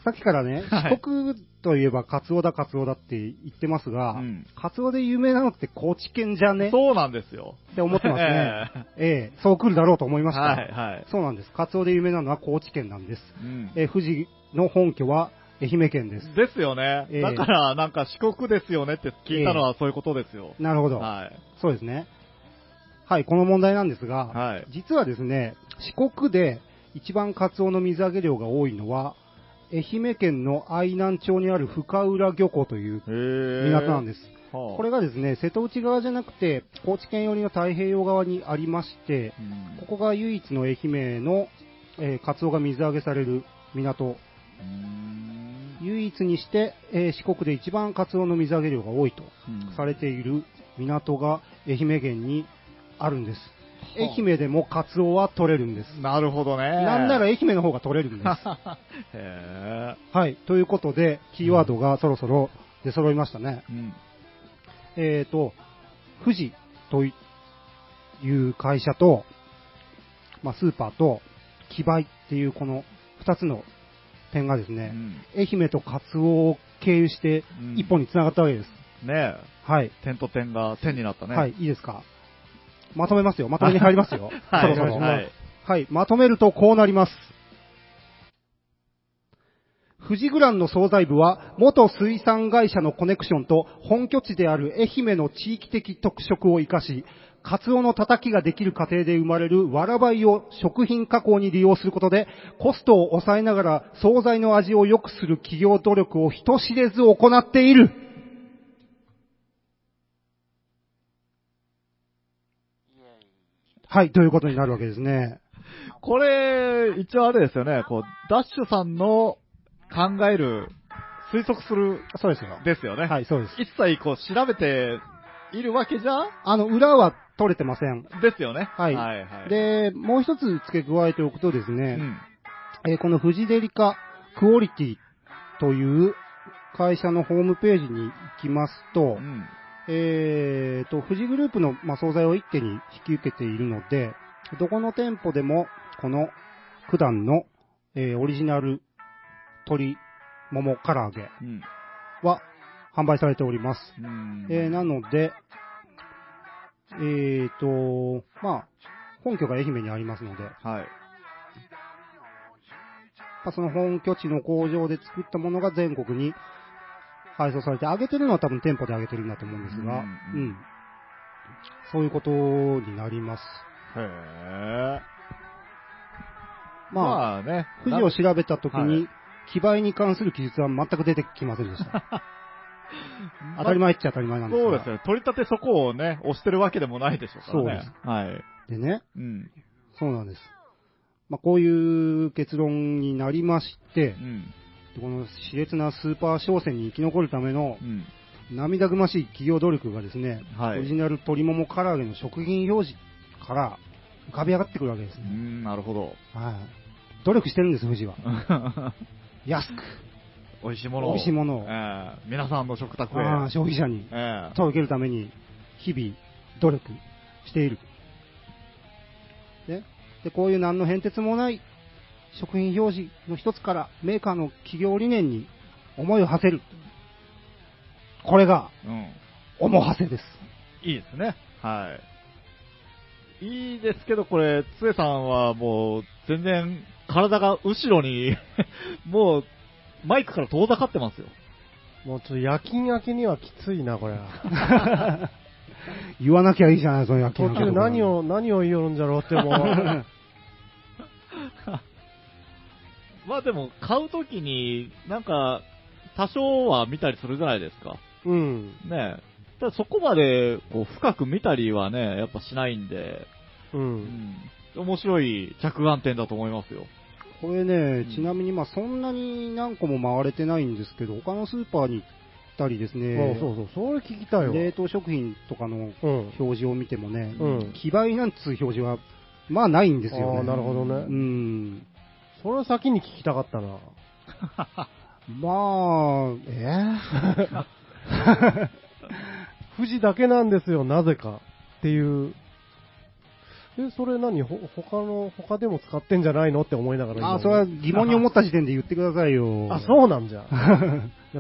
さっきからね、はい四国といえばカツオだカツオだって言ってますが、うんカツオで有名なのって高知県じゃねそうなんですよ。って思ってますね。 えええそう来るだろうと思いえました。はい、はい。そうなんです。カツオで有名なのは高知県なんです。うんえー富士の本拠は愛媛県です。ですよねええ。だから、なんか四国ですよねって聞いたのはそういうことですよ。なるほど、はい。そうですね。はい、この問題なんですが、はい実はですね、四国で一番カツオの水揚げ量が多いのは、愛媛県の愛南町にある深浦漁港というへえ港なんです。はあこれがですね、瀬戸内側じゃなくて、高知県寄りの太平洋側にありまして、うんここが唯一の愛媛の、えーカツオが水揚げされる港うーん唯一にして、えー四国で一番カツオの水揚げ量が多いとうんされている港が愛媛県にあるんです。はあ愛媛でもカツオは取れるんです。なるほどね。なんなら、愛媛の方が取れるんです。 へはい。ということで、キーワードがそろそろ出揃いましたね。え。うん。えーと、富士という会社と、まあ、スーパーと、木売っていうこの2つの点がですうね、ん愛媛とカツオを経由してうん一本につながったわけです。ねえ。はい。点と点が点になったね。。はい、いいですか。まとめますよ。まとめに入りますよ はい。そろそろ。はい。はい、まとめるとこうなります。富士グランの総菜部は、元水産会社のコネクションと本拠地である愛媛の地域的特色を活かし、カツオのたたきができる過程で生まれるわらばいを食品加工に利用することで、コストを抑えながら惣菜の味を良くする企業努力を人知れず行っている。はい、ということになるわけですね。これ、一応あれですよね。こう、ダッシュさんの考える、推測する、そうですよ。ですよね。はい、そうです。一切こう、調べているわけじゃ、あの、裏は取れてません。ですよね。はいはい、はい。、で、もう一つ付け加えておくとですうね、ん。えーこのフジデリカクオリティという会社のホームページに行きますとう、ん。えーと、富士グループの、まあ、総菜を一手に引き受けているので、どこの店舗でも、この、九段の、えーオリジナル、鶏、桃、唐揚げうん。は、販売されております。うんえーなので、えーと、まあ、本拠が愛媛にありますので、まはい。あ、その本拠地の工場で作ったものが全国に配送されて、あげてるのは多分店舗であげてるんだと思うんですが、ううんん、うんそういうことになります。へえ。まあ、まあね。富士を調べたときはに、木場に関する記述は全く出てきませんで した。当たり前っちゃ当たり前なんですそが。うですよ。取り立てそこをね、押してるわけでもないでしょうからね。そうです。はい。でね、うん。そうなんです。まあ、こういう結論になりまして、うん。この熾烈なスーパー商戦に生き残るためのうん。涙ぐましい企業努力がですね、はいオリジナル鶏もも唐揚げの食品表示から浮かび上がってくるわけですうね。ん、なる ほど。はい。努力してるんです、富士は。安く、美味しいものを。美味しいものをええ皆さんの食卓へ。ああ消費者にええ届けるために日々努力している。で、でこういう何の変哲もない食品表示の一つからメーカーの企業理念に思いを馳せる。これが、うん。思はせです。いいですね。はい。いいですけど、これ、つえさんはもう、全然、体が後ろに、 もう、マイクから遠ざかってますよ。もうちょっと夜勤明けにはきついな、これは。言わなきゃいいじゃない、その夜 途勤明け中の頃に何を、何を言おるんじゃろうってもう。 まあでも、買うときに、なんか、多少は見たりするじゃないですか。うん。ねえ。ただそこまで、こう、深く見たりはね、やっぱしないんで、う。うんん。面白い着眼点だと思いますよ。これねうん、ちなみにまあそんなに何個も回れてないんですけど、他のスーパーに行ったりですあね、そうそう、それ聞きたいわ。冷凍食品とかのうん。表示を見てもね、うん気倍なんつう表示は、まあないんですあよあ、ねな。るほどうね。ん。それは先に聞きたかったな。まあ、ええ 富士だけなんですよ、なぜか。っていう。え、それ何ほ、他の、他でも使ってんじゃないのって思いながら今あ、それは疑問に思った時点で言ってくださいよ。あ、そうなん じゃ。いや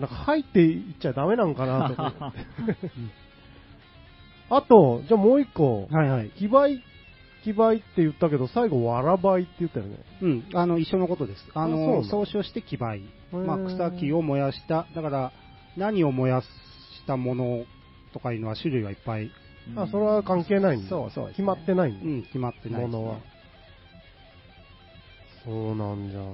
なんか入っていっちゃダメなんかなと 思って。あと、じゃあもう一個。はいはい。気倍、気倍って言ったけど、最後、わらばいって言ったよね。うん、あの、一緒のことです。あの、あそうなん総称して木灰。ーまあ、草木を燃やした。だから、何を燃やしたものとかいうのは種類がいっぱい、あ、それは関係ないんだ。そうそうですね決まってないうんん、決まってだ。ないでもすね、のは。そうなんじゃ。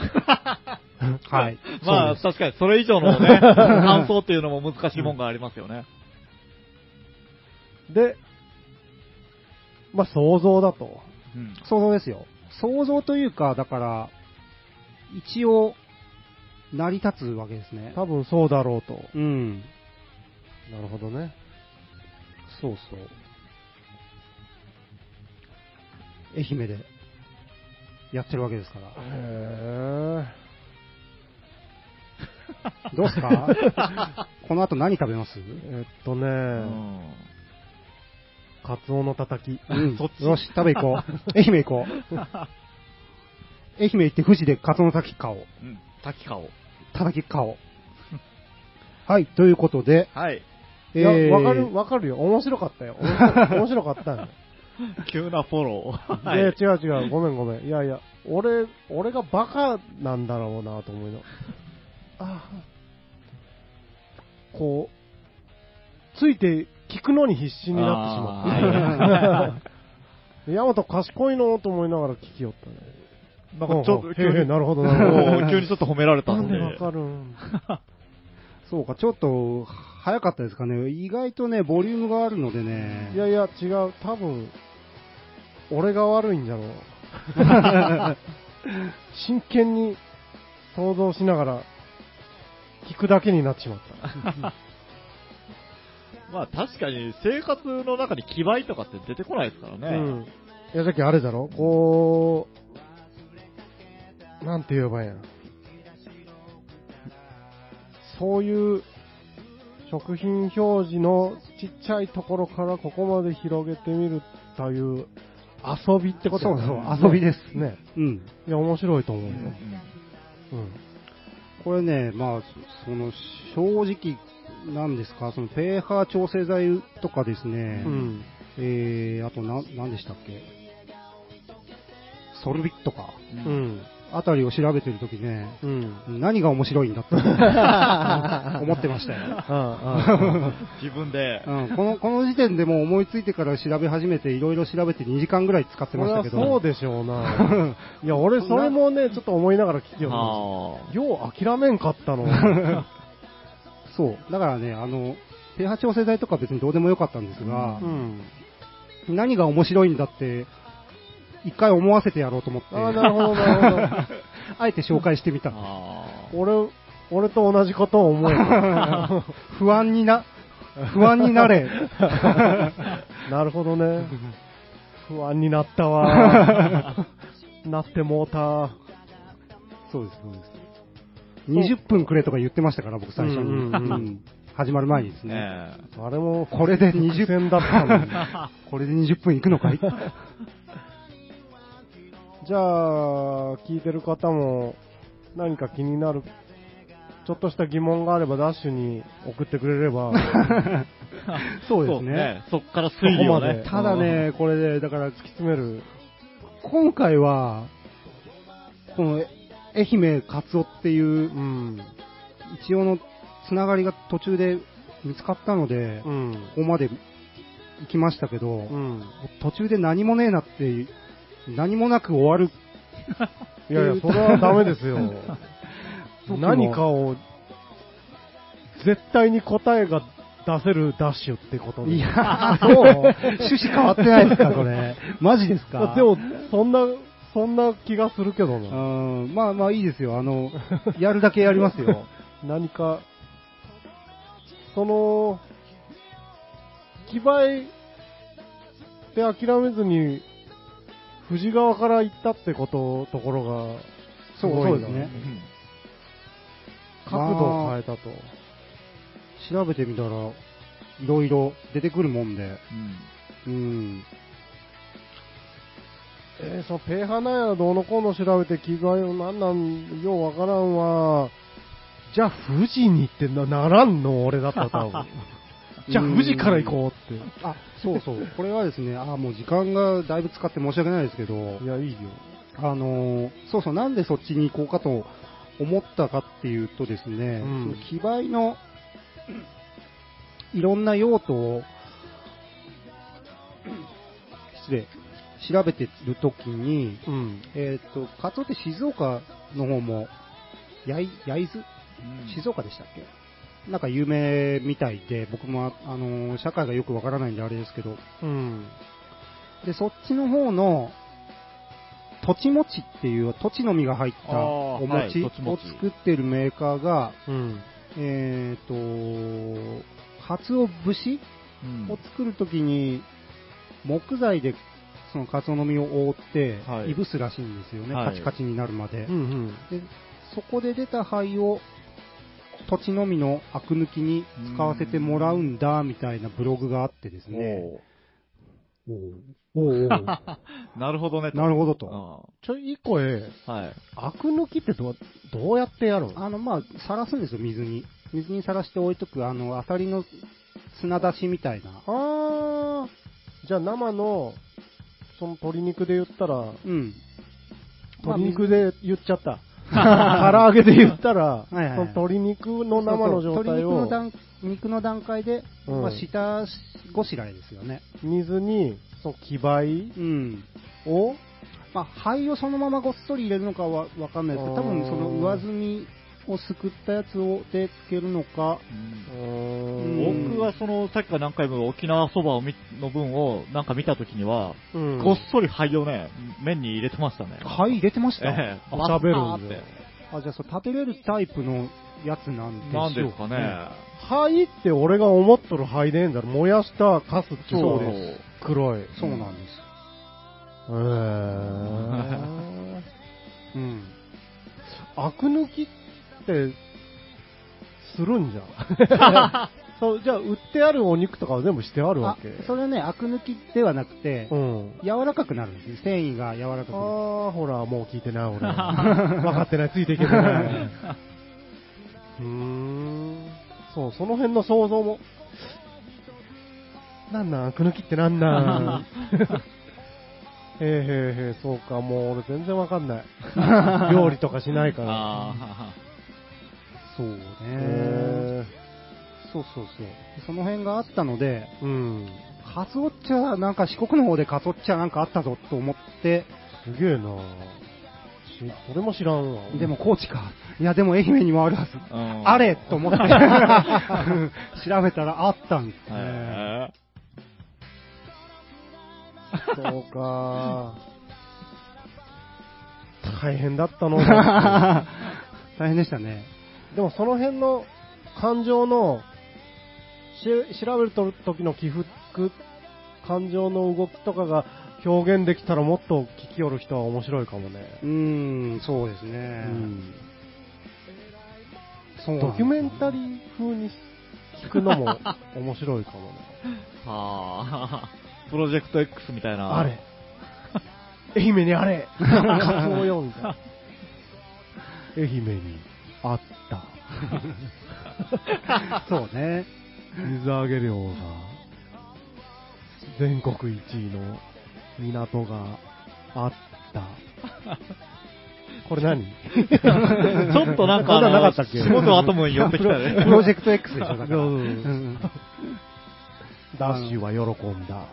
はい。 まそうあ、です確かにそれ以上のね、感想っていうのも難しいもんがありますよね。で、まあ、想像だと。うん。想像ですよ。想像というか、だから、一応、成り立つわけですね。多分そうだろうと。うん。なるほどね。そうそう。愛媛で、やってるわけですから。へどうす かこの後何食べますえ。えっとね、うんカツオのたたき。うん、そっちよし、食べ行こ う。愛媛行こう。愛媛行って富士でカツオの滝買おう。うん。滝顔。叩き買おう。はい、ということで、はい。いや、えーわかる、わかるよ。面白かったよ。面白面白か ったよ。急なフォロー。いや、違う違う。ごめんごめん。いやいや、俺、俺がバカなんだろうなと 思いの。ああこう、ついて聞くのに必死になってしまって。ヤマト 賢いのと思いながら聞きよったね。なんかちょっほうほと、うへえへえなるほどなるほもう急にちょっと褒められたど。なんんで。でわかるんそうか、ちょっと、早かったですかね。意外とね、ボリュームがあるのでね。いやいや、違う。多分、俺が悪いんじゃろう。 真剣に想像しながら、聞くだけになってしまった。まあ確かに生活の中に気配とかって出てこないですからね。うん。いや、さっきあれだろこう、なんて言えばいいんや。そういう、食品表示のちっちゃいところからここまで広げてみるという遊びってことだねそうそう遊びですね。うん。いや、面白いと思うよ。うん。これね、まあ、その、正直、なんですか、その、pH 調整剤とかですね、うん。えー、あと、な、なんでしたっけ、ソルビットか、ううんん。あたりを調べてるときね、 うん。何が面白いんだって 思ってましたよ。あ自分で。うん、このこの時点でもう思いついてから調べ始めて、いろいろ調べて2時間ぐらい使っそてれましはたけど、そうでしょうな。 いや、俺、それもね、ちょっと思いながら聞きよっあた。よう諦めんかったの。うそうだからね、あの、pH 調整剤とか別にどうでもよかったんですが、ん。何が面白いんだって、一回思わせてやろうと思って、ああ、なるほど、なるほ あえて紹介してみた。あど。俺、俺と同じことを思え た。不安にな、不安にな れ。なるほどね。不安になったわ。 なってもうた。そうです、そうです。20分くれとか言ってましたから、僕最初に。うんうんうんうん始まる前にですね。ねあれも、これで20戦だったのに。これで20分いくの かいじゃあ、聞いてる方も、何か気になる、ちょっとした疑問があれば、ダッシュに送ってくれ れば、そうですね。。そっから推理をそこまねで。ただね、これで、だから、詰める。今回は、この、愛媛カツオっていうう、ん。一応のつながりが途中で見つかったので、うこん。こまで行きましたけど、うん。途中で何もねえなって、何もなく終わるいやいや、それはダメですよ。 僕も何かを、絶対に答えが出せるダッシュってことでいや、そう趣旨変わってないです か、これ。マジですか。でも、そんな、そんな気がするけどうな。ん、まあまあいいですよ。あの、やるだけやりますよ。何か、その、気配で諦めずに、富士側から行ったってこと、ところが、すそうごいそなうですね。うん角度を変えたと。調べてみたら、いろいろ出てくるもんで。うんうん。えー、そのペーハナやどうのこうの調べて気配をなんなん、ようわからんわ。じゃあ富士にってなならんの俺だったら 多分じゃあ富士から行こうっあ、そうそう。これはですね、あもう時間がだいぶ使って申し訳ないですけどて。い、や、いいよ。あのーそうそう、なんでそっちに行こうかと思ったかっていうとですね、うんその木灰のいろんな用途を、失礼、調べてるときに、うん。えっ、と、カツオって静岡の方も、焼い焼津静岡でしたっけなんか有名みたいで、僕も、あのー社会がよくわからないんであれですけど、うん。で、そっちの方の、とちもちっていう、とちの実が入ったおあーはい餅とちもをち作ってるメーカーが、うん。えー、と、鰹節うんを作るときに、木材でその鰹の実を覆っては、いいぶすらしいんですよね、はいカチカチになるまで。うんうん。でそこで出た灰を土地のみのアク抜きに使わせてもらうんだみたいなブログがあってですね、おおうおうおう なーなるほどね。るほどうと。ちょ、一個え、んはい。アク抜きってどう、どうやってやるのあの、まあ、さらすんですよ、水に。水にさらして置いとく、あの、アサリの砂出しみたいな。あー。じゃあ生の、その鶏肉で言ったら、うん。まあ鶏肉で言っちゃった。唐揚げで言ったら、はいはいはいその鶏肉の生の状そうそう鶏態肉のを段肉の段階で、うんまあ、下ごしらえですよね。水に、その木灰うん。を、まあ、灰をそのままごっそり入れるのかはわかんないですけど、あー多分その上積みをすくったやつをでつけるのか、うんうーんん僕はその、さっきから何回も沖縄そばを見の分をなんか見たときには、うんこっそり灰をね、麺に入れてましたね。灰入れてました、ええ、あ食べるんだバッターっあ、じゃあそう食べれるタイプのやつなんでてしょうなんですかね。灰って俺が思っとる灰でえんだろ。燃やしたカスっていのそうがです。黒い。そうなんです。へーうん。アク抜きって、するんじゃん。 そう、じゃあ、売ってあるお肉とかは全部してあるわあけ。、それはね、アク抜きではなくて、うん。柔らかくなるんですね繊維が柔らかくあなる。ー、ほら、もう聞いてない、俺。 分かってない、ついていけてない。うーん。そう、その辺の想像も。なんなん、アク抜きってな んなん。へーへーへー、そうか、もう俺全然わか んない。料理とかしないから。あそうね。へそうそうそう。その辺があったので、ーうん。カツオっちゃ、なんか四国の方でカツオっちゃなんかあったぞと思って、すげえなしそれも知らんわ。でも、高知か。いや、でも愛媛にもあるはず。ー うんあれと思って、調べたらあったん ですね。 えそうか大変だ ったの。だっ 大変でしたね。てでもその辺の感情の、し調べると時の起伏、感情の動きとかが表現できたらもっと聞きよる人は面白いかもね。うーん、そうですうね。んそうなんドですキュメンタリー風に聞くのも面白いかもね。はあ、 プロジェクト X みたいな。あれ。愛媛にあれ仮想よみたいな。愛媛にあった。そうね。水揚げ量が、全国一位の港があった。こ れ 何ちょっとなんか、そんなのなかったっけ仕事アトムに寄ってきたプね。ロジェクト X でしょ、だから。そううそうそうんダッシュは喜んだ。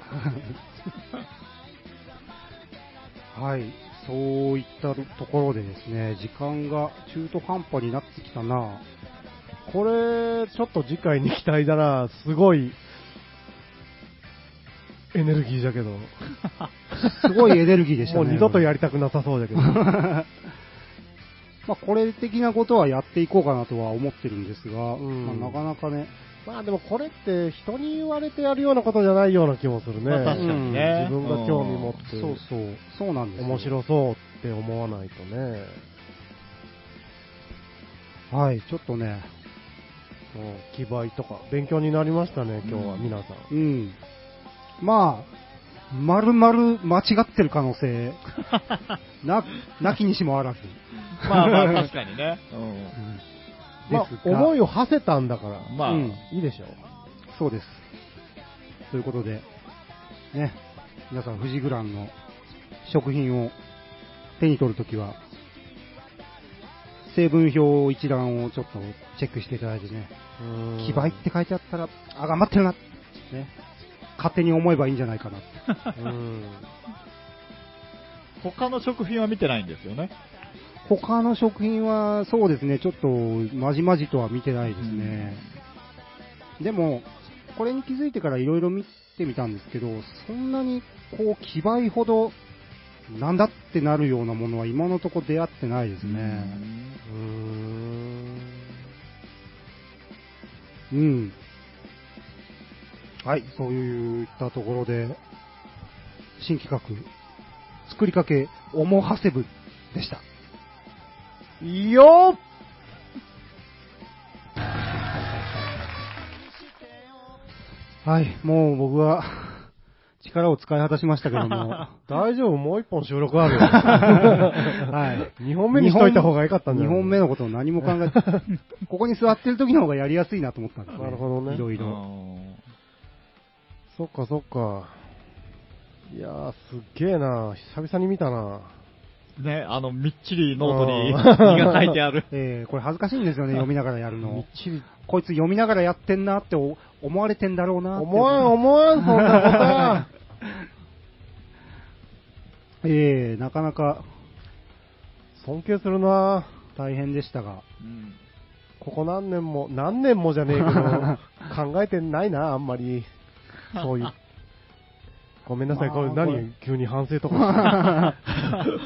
はい、そういったところでですね、時間が中途半端になってきたな。これ、ちょっと次回に期待だな。すごい、エネルギーじゃけど。すごいエネルギーでした もね。う二度とやりたくなさそうだけ ど。まあ、これ的なことはやっていこうかなとは思ってるんですが、うんまあなかなかね、まあでもこれって人に言われてやるようなことじゃないような気もするね。まあ確かにね。うん自分が興味持って、そうそう、そうなんですよ面白そうって思わないとね。はい、ちょっとね、うん、気配とか、勉強になりましたね、今日はうん皆さん。うん。まあ、まるまる間違ってる可能性、な、なきにしもあら ず。 まあまあ確かにね。うんうんまあです、が、思いを馳せたんだから、まあ、うんいいでしょそうです。ということで、ね、皆さん、富士グランの食品を手に取るときは、成分表一覧をちょっとチェックしていただいてね、う。うん気配って書いてあったら、あ、頑張ってるな、ね、勝手に思えばいいんじゃないかな。うん。 他の食品は見てないんですよね。他の食品は、そうですね、ちょっと、まじまじとは見てないですね。でも、これに気づいてからいろいろ見てみたんですけど、そんなに、こう、気倍ほど、なんだってなるようなものは今のとこ出会ってないですうね。んうーん。うん。はい、そういったところで、新企画、作りかけ、おもはせぶでした。いいよはい、もう僕は、力を使い果たしましたけども。大丈夫、もう一本収録あ るよ。はい。 二本目にしといた方が良かったんじゃ2ない本目のことを何も考 えて、ここに座ってる時の方がやりやすいなと思ったんです、なるほどねいろいろ。あそっかそっか。いやー、すっげえな久々に見たなーね、あの、みっちりノートにあー字が書いて ある。えー、これ恥ずかしいんですよね、読みながらやる みのっ。ちり。こいつ読みながらやってんなってお思われてんだろうなって思わん思わん、そんなこえー、なかなかとは。尊敬するな大変でしたが。 うんここ何年も、何年もじゃねえけど、考えてないなあんまり。そういう。ごめんなさい、まあこれこれ何急に反省とか。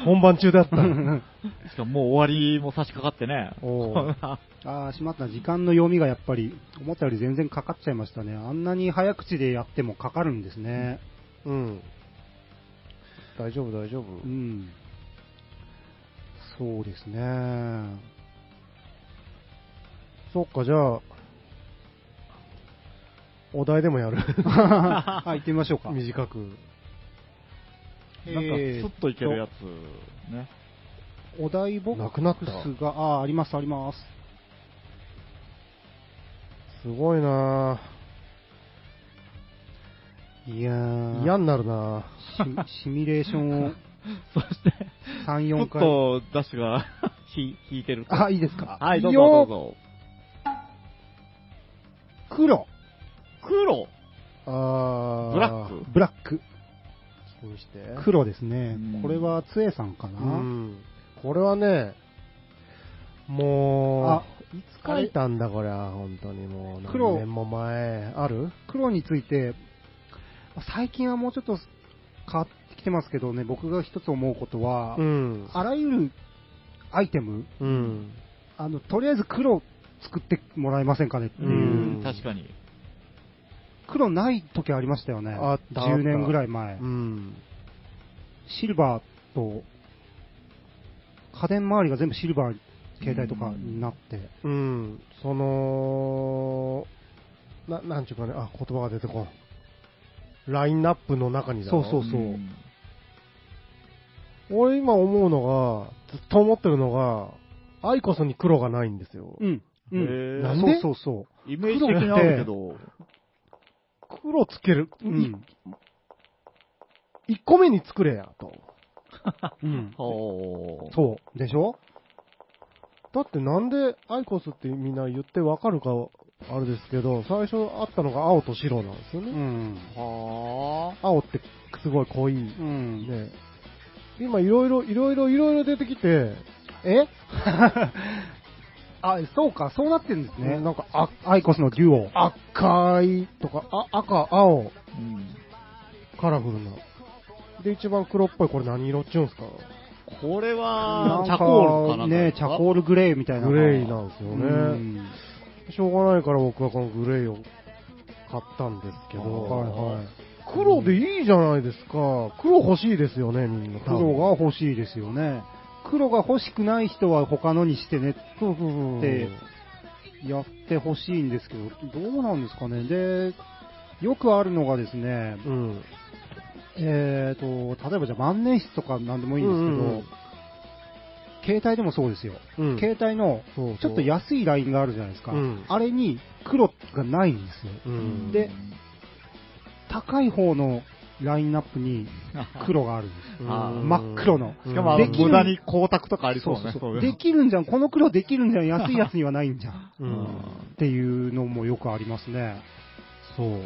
本番中だった。しかももう終わりも差し掛かってね。おうああ、しまった。時間の読みがやっぱり、思ったより全然かかっちゃいましたね。あんなに早口でやってもかかるんですね。うん。大丈夫、大丈夫。うん。そうです ね。そっか、じゃあ、お題でもやる。はい、行ってみましょうか。短く。なんか、えースッといけるやつ。ね。お題ボッなクくなったスが、ああ、あります、あります。すごいなぁ。いやー嫌になるなシシミュレーションをそして、 3、ちょ4っ回。とダッシュがひ引いてると。あ、いいですか。はい、どうよぞどうぞ。黒、黒あーブラックブラック、気にして。黒ですねうん。これは、つえさんかな。うん。これはね、もあう、いつ書いたんだこれは、本当にもう。黒何年も前。ある黒について、最近はもうちょっと変わってきてますけどね、僕が一つ思うことは、うん。あらゆるアイテム、うん。あの、とりあえず黒作ってもらえませんかねっていうう、んん、確かに。黒ない時ありましたよね。あったあった10年ぐらい前。うん。シルバーと、家電周りが全部シルバー、携帯とかになって、うん。その、な、なんちゅうかね、あ、言葉が出てこん。ラインナップの中にだろそうそううん俺今思うのが、ずっと思ってるのが、アイコスに黒がないんですよ。うん。うへん。ーなんそうでそうそイメージ的にあるけど、黒つける。う。うん。 1個目に作れや、と。うん。ほうそう。でしょだってなんでアイコスってみんな言ってわかるかあれですけど、最初あったのが青と白なんですようね。ん。は青ってすごい濃い。ねうん。今いろいろ、いろいろ、いろいろ出てきて、え あ、そうか、そうなってるんですね。なんかあアイコスのデュオ。赤いとか、あ赤、青、ぁ。うんカラフルな。で、一番黒っぽい、これ何色っちゅうんすかこれなはん、チャコールかなね、チャコールグレーみたいな。グレーなんですようね。ん。しょうがないから僕はこのグレーを買ったんですけど、はいはい黒でいいじゃないですか。黒欲しいですよね、みんな。多分黒が欲しいですよね。黒が欲しくない人は他のにしてね、そうそうそう。でやってほしいんですけど、どうなんですかね。で、よくあるのがですね、うん。えーと、例えばじゃあ万年筆とかなんでもいいんですけど、うんうんうん携帯でもそうですよ。うん携帯のそうそうちょっと安いラインがあるじゃないですか。うんあれに黒がないんですよ。うんで、高い方のラインナップに黒があるんです。あー真っ黒のうんしかもあの、できる無駄に光沢とかありそうそうだそねう。そそうう。いでうきるんじゃん。この黒できるんじゃん。安いやつにはないんじゃん。うのん。っていうのもよくありますね。そう。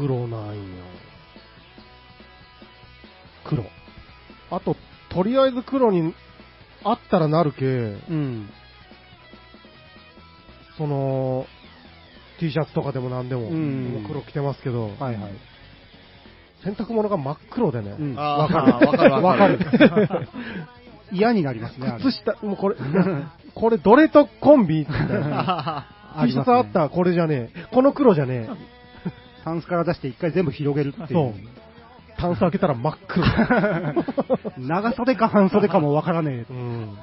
黒なんよ。黒。あと、とりあえず黒にあったらなるけ、うん。その、T シャツとかでも何でも、うん僕黒着てますけど、はいはい。洗濯物が真っ黒でね。うんあーわかるわかる。わかる 嫌になりますね、あれ靴下、もうこれ、 これどれとコンビ みたいなあ T りシャまツすねあった、これじゃねえ。この黒じゃねタンスから出して一回全部広げるってえ。いそう う。。タンス開けたら真っ 黒。長袖か半袖かもわからねえうと。ん。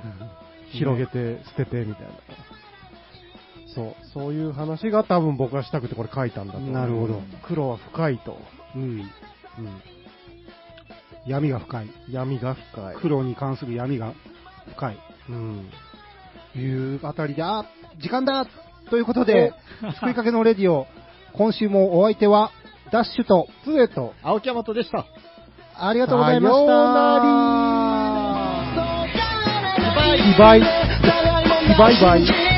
広げて、捨てて、みたいな。そう。そういう話が多分僕がしたくてこれ書いたんだと思うなるほど。黒は深いと。うん。うん闇が深い。闇が深い。黒に関する闇が深い。うん。いうあたりで、あ、時間だということで、作りかけのレディオ、今週もお相手は、ダッシュと、つえと、 青木山とでした。ありがとうございました。さようなバイバイ。バイバイ。